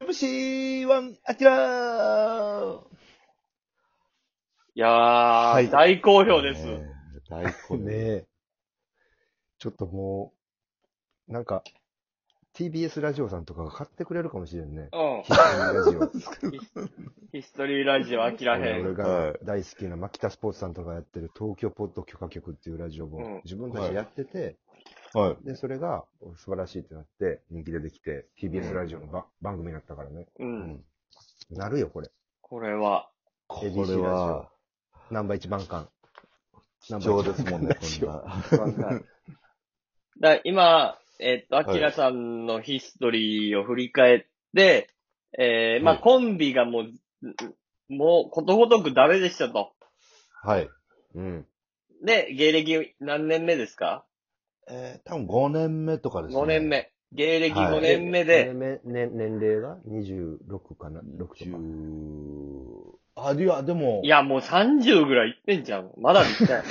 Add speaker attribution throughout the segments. Speaker 1: 4MC1 アキラー
Speaker 2: いやー、
Speaker 3: い
Speaker 2: 大好評です。
Speaker 3: ねえ大好
Speaker 1: ね
Speaker 3: ね。
Speaker 1: え。
Speaker 3: ちょっともう、なんか、TBS ラジオさんとかが買ってくれるかもしれ んね。ヒストリーラジオ。
Speaker 2: うん。ヒストリーラジオ、アキラ
Speaker 3: 俺
Speaker 2: 編。
Speaker 3: が大好きなマキタスポーツさんとかやってる東京ポッド許可局っていうラジオ
Speaker 2: うん
Speaker 3: も自分たちでやってて、
Speaker 1: はい。
Speaker 3: で、それが素晴らしいってなって人気出てきて、TBS ラジオのば、番組になったからね。
Speaker 2: うん。
Speaker 3: なるよ、これ。
Speaker 2: これは、
Speaker 1: こ
Speaker 3: ABC
Speaker 1: れは、
Speaker 3: ナンバー一番館。
Speaker 1: 貴重ですもんね、
Speaker 3: 一
Speaker 1: こんな。
Speaker 2: わかる だ今、えっと、アキラさんのヒストリーを振り返って、えー、まあ、
Speaker 1: はい
Speaker 2: コンビがもう、もう、ことごとくダメでしたと。
Speaker 1: はい。
Speaker 3: うん。
Speaker 2: で、芸歴何年目ですか
Speaker 1: えー、多分5年目とかですね。
Speaker 2: ?5 年。目。芸歴
Speaker 1: はい
Speaker 2: 5年目で、
Speaker 3: 年目、年年齢が26かな ?6 とか。
Speaker 1: 10、あ、いや、でも、
Speaker 2: い、や、もう30ぐらいいってんじゃん。まだですね。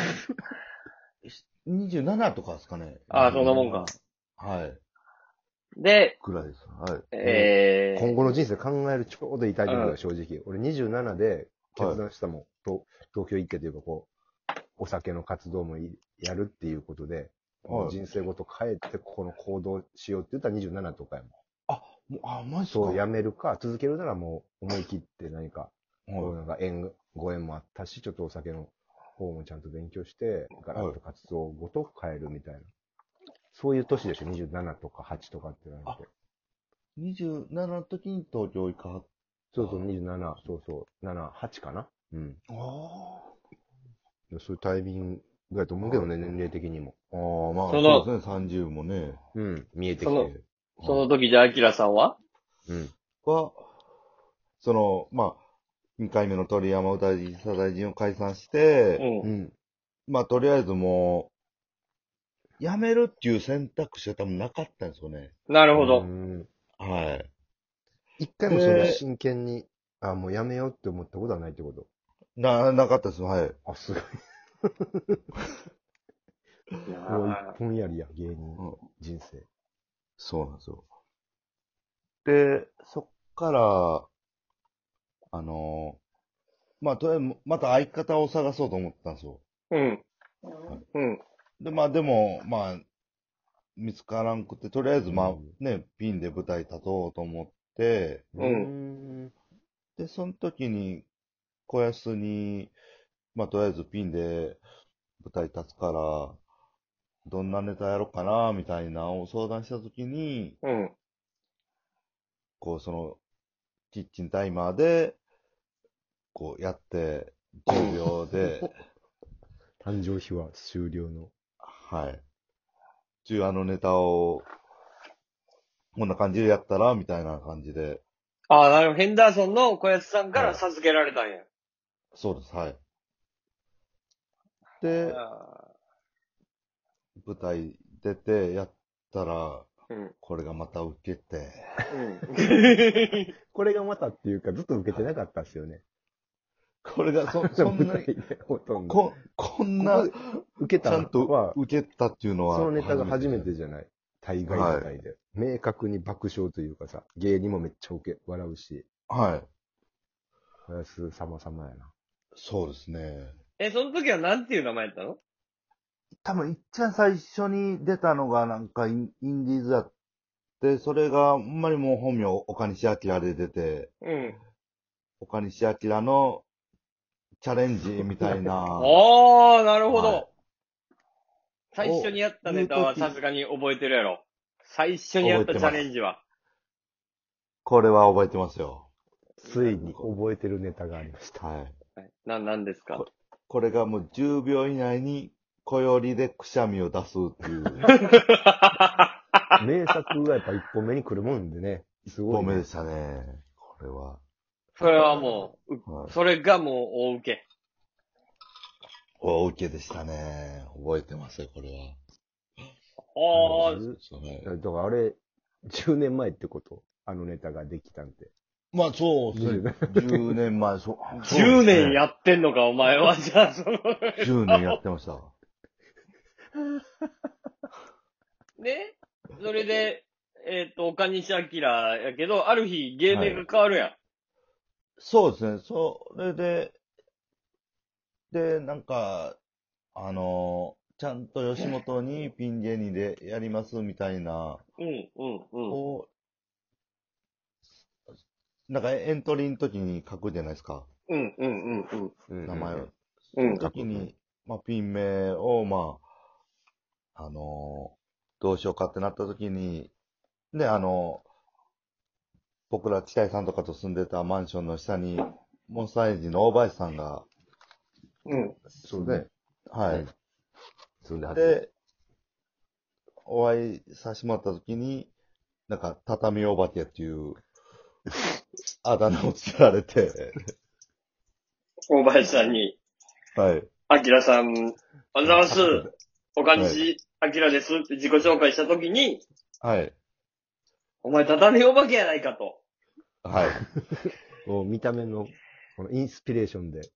Speaker 1: 27とかですかね。
Speaker 2: あーそんなもんか。
Speaker 1: はい。
Speaker 2: で、
Speaker 1: ぐらいです。はい。
Speaker 2: えー、
Speaker 3: 今後の人生考えるちょうどいいタイミングが正直。俺27で決断したもん。と東京行ってというか、こう、お酒の活動もいやるっていうことで、
Speaker 1: はい
Speaker 3: 人生ごと変えてここの行動しようって言ったら27とかやもん。
Speaker 1: あ、もう、あ、マジっすか
Speaker 3: そう、やめるか、続けるならもう思い切って何か、こう
Speaker 1: は
Speaker 3: なんか縁、ご縁もあったし、ちょっとお酒の方もちゃんと勉強して、ガラッと活動ごと変えるみたいな。そういう年でしょ、27とか8とかってなんて。
Speaker 1: い。27の時に東京行かはっ
Speaker 3: そうそう、27、そうそう、7、8かなうん。
Speaker 1: ああ。
Speaker 3: そういうタイミングやと思うけどね、年齢的にも。
Speaker 1: ああ、まあ、
Speaker 2: その
Speaker 1: そうですね、30もね。
Speaker 3: うん、見えてき
Speaker 2: その
Speaker 3: てる。
Speaker 2: その時じゃあ、アキラさんは
Speaker 3: うん。
Speaker 1: は、その、まあ、2回目の鳥山歌大臣、大臣を解散し
Speaker 2: う
Speaker 1: て、
Speaker 2: ん。
Speaker 3: うん。
Speaker 1: まあ、とりあえずもう、辞めるっていう選択肢は多分なかったんですよね。
Speaker 2: なるほ
Speaker 3: う
Speaker 2: ど。
Speaker 3: ん
Speaker 1: はい。
Speaker 3: 一回もその
Speaker 1: で
Speaker 3: 真剣に、あ、もうやめようって思ったことはないってこと
Speaker 1: な、なかったです、はい。
Speaker 3: あ、すごい。
Speaker 2: いや
Speaker 3: もう
Speaker 2: ー
Speaker 3: 一本やりや、芸人
Speaker 1: うん、
Speaker 3: 人生。
Speaker 1: そうなんですよ。で、そっから、あのまあ、とりあえず、また相方を探そうと思ったんですよ。
Speaker 2: うん。うん。
Speaker 1: で、まあでも、まあ、見つからんくて、とりあえずまあ
Speaker 3: うん
Speaker 1: ね、ピンで舞台立とうと思って、
Speaker 2: うん
Speaker 3: ん。
Speaker 1: で、その時に、小安に、まあとりあえずピンで舞台立つから、どんなネタやろうかな、みたいなのを相談した時に、
Speaker 2: うん。
Speaker 1: こうその、キッチンタイマーで、こうやって、10秒で、
Speaker 3: 誕生日は終了の。
Speaker 1: はい。中あのネタを、こんな感じでやったら、みたいな感じで。
Speaker 2: ああ、なるほど。ヘンダーソンの小安さんから授けられたんや。
Speaker 1: そうです、はい。で、
Speaker 2: あ
Speaker 1: 舞台出てやったら、
Speaker 2: ーうん。
Speaker 1: これがまた受けて。
Speaker 2: うん。
Speaker 3: これがまたっていうか、ずっと受けてなかったっすよね。
Speaker 1: これがそ、そ
Speaker 3: そ
Speaker 1: ん
Speaker 3: ん
Speaker 1: な
Speaker 3: なに
Speaker 1: に、
Speaker 3: ほとんど。
Speaker 1: こ、こんな、
Speaker 3: こ
Speaker 1: ち
Speaker 3: 受けた
Speaker 1: ゃん
Speaker 3: のは
Speaker 1: と、受けたっていうのは。
Speaker 3: そのネタが初めてじゃない。大概
Speaker 1: はい
Speaker 3: 舞台で。明確に爆笑というかさ、芸にもめっちゃ受け、笑うし、
Speaker 1: はい。
Speaker 3: プラス様様やな。
Speaker 1: そうですね。
Speaker 2: え、その時はなんていう名前やったの
Speaker 1: 多分一番最初に出たのがなんかインインディーズだって、それがほんまにもう本名岡西明で出て、
Speaker 2: うん。
Speaker 1: 岡西明のチャレンジみたいな。
Speaker 2: ああ、なるほ
Speaker 1: は
Speaker 2: ど
Speaker 1: い。
Speaker 2: 最初にやったネタはさすがに覚えてるやろ。最初にやったチャレンジは。
Speaker 1: これは覚えてますよ。
Speaker 3: ついに覚えてるネタがありました。
Speaker 1: はい。
Speaker 2: な、なんですか
Speaker 1: ここれがもう10秒以内に小よりでくしゃみを出すっていう
Speaker 3: 名作がやっぱ一本目に来るもんでね。す
Speaker 1: 一
Speaker 3: ごい
Speaker 1: 本
Speaker 3: ね、
Speaker 1: 目でしたね。これは。
Speaker 2: それはもう、
Speaker 1: は
Speaker 2: う
Speaker 1: い、
Speaker 2: それがもう大受け。
Speaker 1: 大受けでしたね。覚えてますよ、これは。
Speaker 2: ああ、
Speaker 3: ず
Speaker 1: そうね
Speaker 3: だからあれ、10年前ってことあのネタができたんて。
Speaker 1: まあそうですね。10年前、そう。
Speaker 2: 10年やってんのか、お前は。じゃあ、その、
Speaker 1: 10年やってました。
Speaker 2: ね、それで、えっ、と、岡西明やけど、ある日、芸名が変わるやん。
Speaker 1: そうですね。それで、で、なんか、あの、ちゃんと吉本にピン芸人でやりますみたいな、
Speaker 2: うん、うん、うん。
Speaker 1: を、なんかエントリーの時に書くじゃないですか、
Speaker 2: うん、うん、うん、
Speaker 1: 名前を。
Speaker 2: う
Speaker 1: そ
Speaker 2: ん
Speaker 1: の時に、まあ、ピン名を、まあ、あのどうしようかってなった時に、ね、あの僕ら、北井さんとかと住んでたマンションの下に、モンスターエンジンの大林さんが、
Speaker 2: うん。
Speaker 3: そうね。
Speaker 1: は
Speaker 3: う
Speaker 1: い
Speaker 3: ん、そんで、
Speaker 1: で、お会いさせてもらったときに、なんか、畳お化けって いう、あだ名をつけられて、
Speaker 2: 大林さんに、
Speaker 1: はい。
Speaker 2: 明さん、おはようございます。岡西明ですって自己紹介したときに、
Speaker 1: はい。
Speaker 2: お前、畳お化けやないかと。
Speaker 1: はい。
Speaker 3: もう見た目の、このインスピレーションで。
Speaker 1: す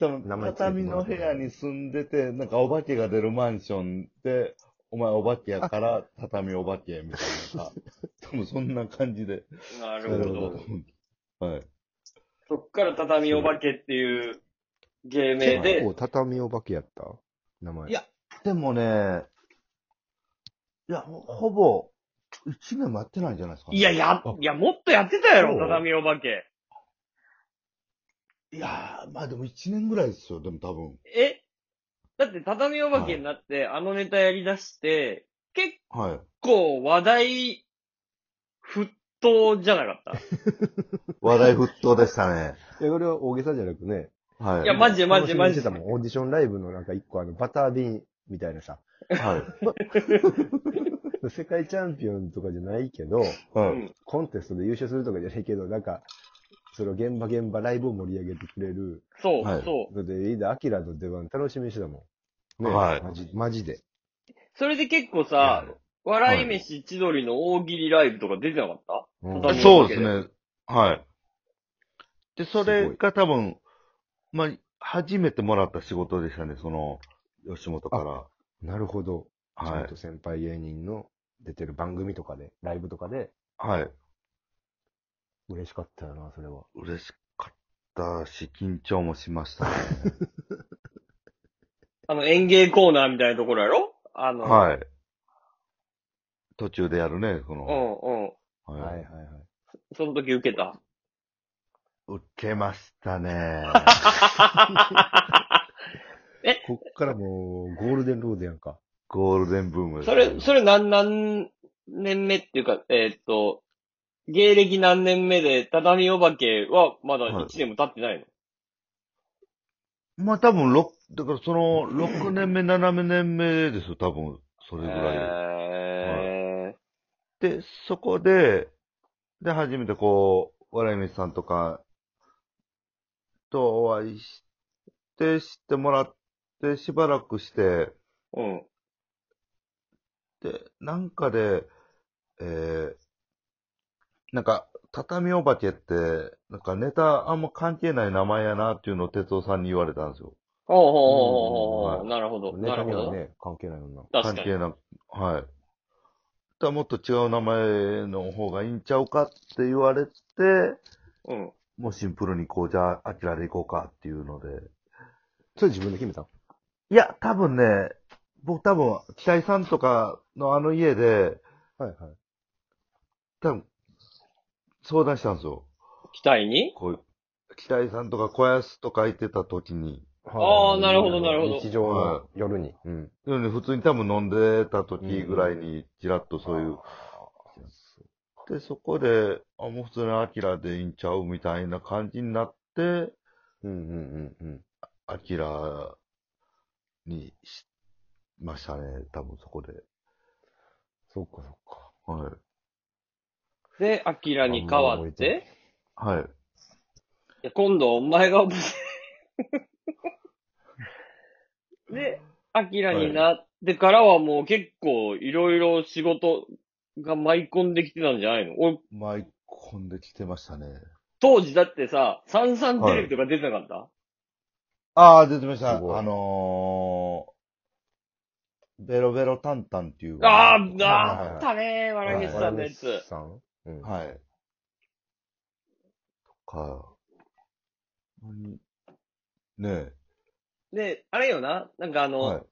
Speaker 1: 多分
Speaker 3: 名前つけてもら
Speaker 1: 畳
Speaker 3: って
Speaker 1: の部屋に住んでて、なんかお化けが出るマンションで、お前お化けやから畳お化けみたいな なんか。多分そんな感じで。
Speaker 2: なるほ
Speaker 3: なる
Speaker 2: ど
Speaker 3: ほ。
Speaker 1: はい。
Speaker 2: そっから畳お化けっていう芸名で、
Speaker 3: お、畳お化けやった名前。
Speaker 1: いやでもね、いや、ほほぼ、一年もやってないんじゃないですか、ね。
Speaker 2: いや、や、いや、もっとやってたやろ、
Speaker 3: そう
Speaker 2: 畳お化け。
Speaker 1: いやー、まあでも1年ぐらいですよ、でも多分。
Speaker 2: えだって、畳お化けになって、あのネタやり出して、結
Speaker 1: はい。
Speaker 2: 構話題、沸騰じゃなかっ
Speaker 1: 話題沸騰でしたね。
Speaker 3: いや、これは大げさじゃなくね。
Speaker 1: は
Speaker 2: た。
Speaker 1: い。
Speaker 2: いや、マジでマジでマ
Speaker 3: 楽
Speaker 2: ジ
Speaker 3: しみにして
Speaker 2: で
Speaker 3: た。もん。オーディションライブのなんか一個あの、バタービンみたいなさ。
Speaker 1: はい。
Speaker 3: 世界チャンピオンとかじゃないけど、
Speaker 1: は
Speaker 2: うん
Speaker 1: い。
Speaker 3: コンテストで優勝するとかじゃないけど、なんか、その現場現場ライブを盛り上げてくれる。
Speaker 2: そう、
Speaker 1: はい
Speaker 2: そう。
Speaker 3: それで、飯田明の出番楽しみにしてたもん。ね、
Speaker 1: はい
Speaker 3: マジマジで。
Speaker 2: それで結構さ、笑い飯千鳥の大喜利ライブとか出てなかった、
Speaker 3: うん
Speaker 2: 畳
Speaker 1: そうですね。はい。で、それが多分、まあ、初めてもらった仕事でしたね、その、吉本か
Speaker 3: なるほど。
Speaker 1: ら。
Speaker 3: ちゃ
Speaker 1: は
Speaker 3: ん
Speaker 1: い
Speaker 3: と。先輩芸人の出てる番組とかで、ライブとかで、
Speaker 1: はい。
Speaker 3: 嬉しかったよな、それは。
Speaker 1: 嬉しかったし、緊張もしましたね。
Speaker 2: あの、演芸コーナーみたいなところやろあの、
Speaker 1: はい。途中でやるね、こ
Speaker 2: う
Speaker 1: の。
Speaker 2: んうん。
Speaker 3: はいはい
Speaker 1: は
Speaker 3: はいい。。
Speaker 2: その時受けた。
Speaker 1: 受けました ね。
Speaker 3: こっからもう、ゴールデンロードやんか。
Speaker 1: ゴールデンブームです
Speaker 2: それ、それ何、何年目っていうか、えーっと、芸歴何年目で、畳お化けはまだ1年も経ってないの、
Speaker 1: まあ多分六だからその、6年目、7年目ですよ、多分、それぐらい。
Speaker 2: え
Speaker 1: で、そこで、で、初めてこう、笑い飯さんとか、とお会いして、知ってもらって、しばらくして、
Speaker 2: ー、うん。
Speaker 1: で、なんかで、えー、なんか、畳お化けって、なんかネタあんま関係ない名前やなっていうのを哲夫さんに言われたんですよ。
Speaker 2: ほうほうほうほうほう、
Speaker 1: うん
Speaker 2: なるほど。
Speaker 3: ネ
Speaker 2: な
Speaker 3: タ
Speaker 2: るほ
Speaker 3: には
Speaker 2: ど。
Speaker 3: ね、関係ないもんな。
Speaker 2: 確
Speaker 1: 関
Speaker 2: かに。
Speaker 1: 係なく、はい。だからもっと違う名前の方がいいんちゃうかって言われて、
Speaker 2: うん。
Speaker 1: もうシンプルにこう、じゃあ、アキラで行こうかっていうので。
Speaker 3: それ自分で決めた
Speaker 1: いや、多分ね、僕多分、北井さんとかのあの家で、
Speaker 3: はいはい。
Speaker 1: 多分、相談したんですよ。
Speaker 2: 期待に
Speaker 1: こう、北井さんとか小安とか行ってた時に。
Speaker 2: あーなるほどなるほど
Speaker 3: 日常の夜に。うん。
Speaker 1: でもね普通に多分飲んでた時ぐらいに、ちらっとそういう。で、そこで、あ、もう普通にアキラでいいんちゃうみたいな感じになって、
Speaker 3: うんうんうんうん。
Speaker 1: アキラにしましたね、多分そこで。
Speaker 3: そっかそっか。
Speaker 1: はい。
Speaker 2: で、アキラに変わっ
Speaker 3: あ
Speaker 2: て、
Speaker 1: はい。
Speaker 2: いや今度お前が覚 えてで、アキラになってからはもう結構いろいろ仕事が舞い込んできてたんじゃないの俺、
Speaker 1: 舞い込んできてましたね。
Speaker 2: 当時だってさ、サンサンテレビとか出てなかった、
Speaker 1: ああ、出てました。
Speaker 3: すごい
Speaker 1: あのベロベロタンタンっていう。
Speaker 2: ああ、
Speaker 1: はい
Speaker 2: あ
Speaker 1: はい
Speaker 2: ーあ
Speaker 1: は
Speaker 2: っ
Speaker 1: い
Speaker 2: たね、わらげさんのやつ。
Speaker 3: さんうん。
Speaker 1: はい。とか、何ね
Speaker 2: で、あれよな、なんかあ
Speaker 1: え。
Speaker 2: の、
Speaker 1: はい。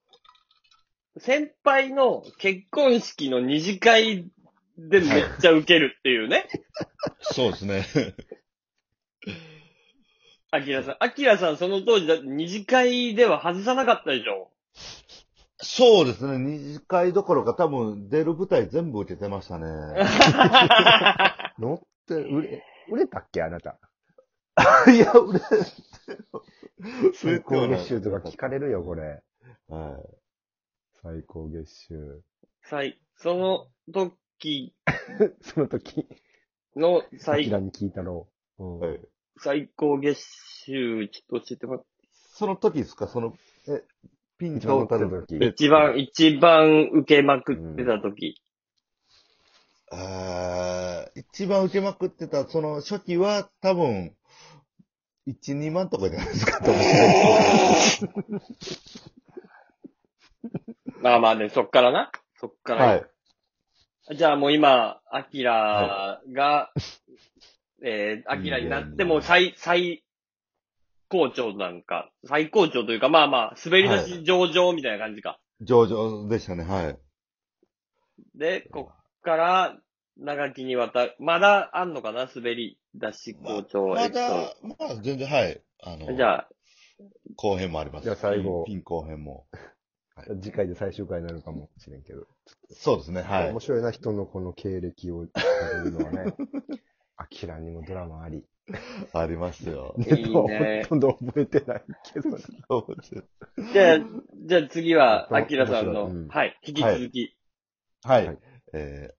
Speaker 2: 先輩の結婚式の二次会でめっちゃウケるっていうね。
Speaker 1: そうです ね。
Speaker 2: アキラさん。アキラさんその当時だって二次会では外さなかったでし ょ。
Speaker 1: そうですね。二次会どころか多分出る舞台全部受けてましたね。
Speaker 3: 乗って、売れ、売れたっけあ なた。
Speaker 1: いや、売れてる。
Speaker 3: 最高月収とか聞かれるよ、これ。
Speaker 1: は
Speaker 3: 最高月収。
Speaker 2: はい。その時
Speaker 3: その時、
Speaker 2: の
Speaker 3: さき
Speaker 2: 最
Speaker 3: らに聞いたろう。うん
Speaker 1: い。はい。
Speaker 2: 最高月収、ちょっと教えてもらっ
Speaker 1: その時ですかその、え、ピン
Speaker 3: 一
Speaker 1: チ
Speaker 3: 番
Speaker 1: を
Speaker 3: 乗
Speaker 1: 打た
Speaker 3: っ
Speaker 1: れる。
Speaker 3: てた時。
Speaker 2: て。一番、一番受けまくってた時。
Speaker 1: あー一番受けまくってた、その初期は多分、1、2万とかじゃ ないですか。多分
Speaker 2: まあまあね、そっからな。そっから。
Speaker 1: はい。
Speaker 2: じゃあもう今、アキラが、えー、アキラになっても最、最高潮なんか、最高潮というか、まあまあ、滑り出し上々みたいな感じか。
Speaker 1: 上々でしたね、はい。
Speaker 2: で、こっから、長きにわた、まだあんのかな滑り出し校長エ
Speaker 1: ま
Speaker 2: ピソー
Speaker 1: だ、まあ全然、はい。あ
Speaker 2: ド。
Speaker 1: の、
Speaker 2: じゃあ、
Speaker 1: 後編もあります。
Speaker 3: じゃあ最後
Speaker 1: ピンピン後編も。
Speaker 3: 次回で最終回になるかもしれんけど。
Speaker 1: そうですね、はい
Speaker 3: 面。白いな、人のこの経歴を語るのは ね。あきらにもドラマあり。
Speaker 1: ありますよ。
Speaker 2: いいね
Speaker 3: ほとんど覚えてないけど。
Speaker 2: じゃあ、じゃあ次は、
Speaker 3: あ
Speaker 2: アキラさん
Speaker 1: 面
Speaker 2: の、
Speaker 3: 白いうん
Speaker 2: はい、引き続き、
Speaker 1: はい。
Speaker 3: はい
Speaker 1: え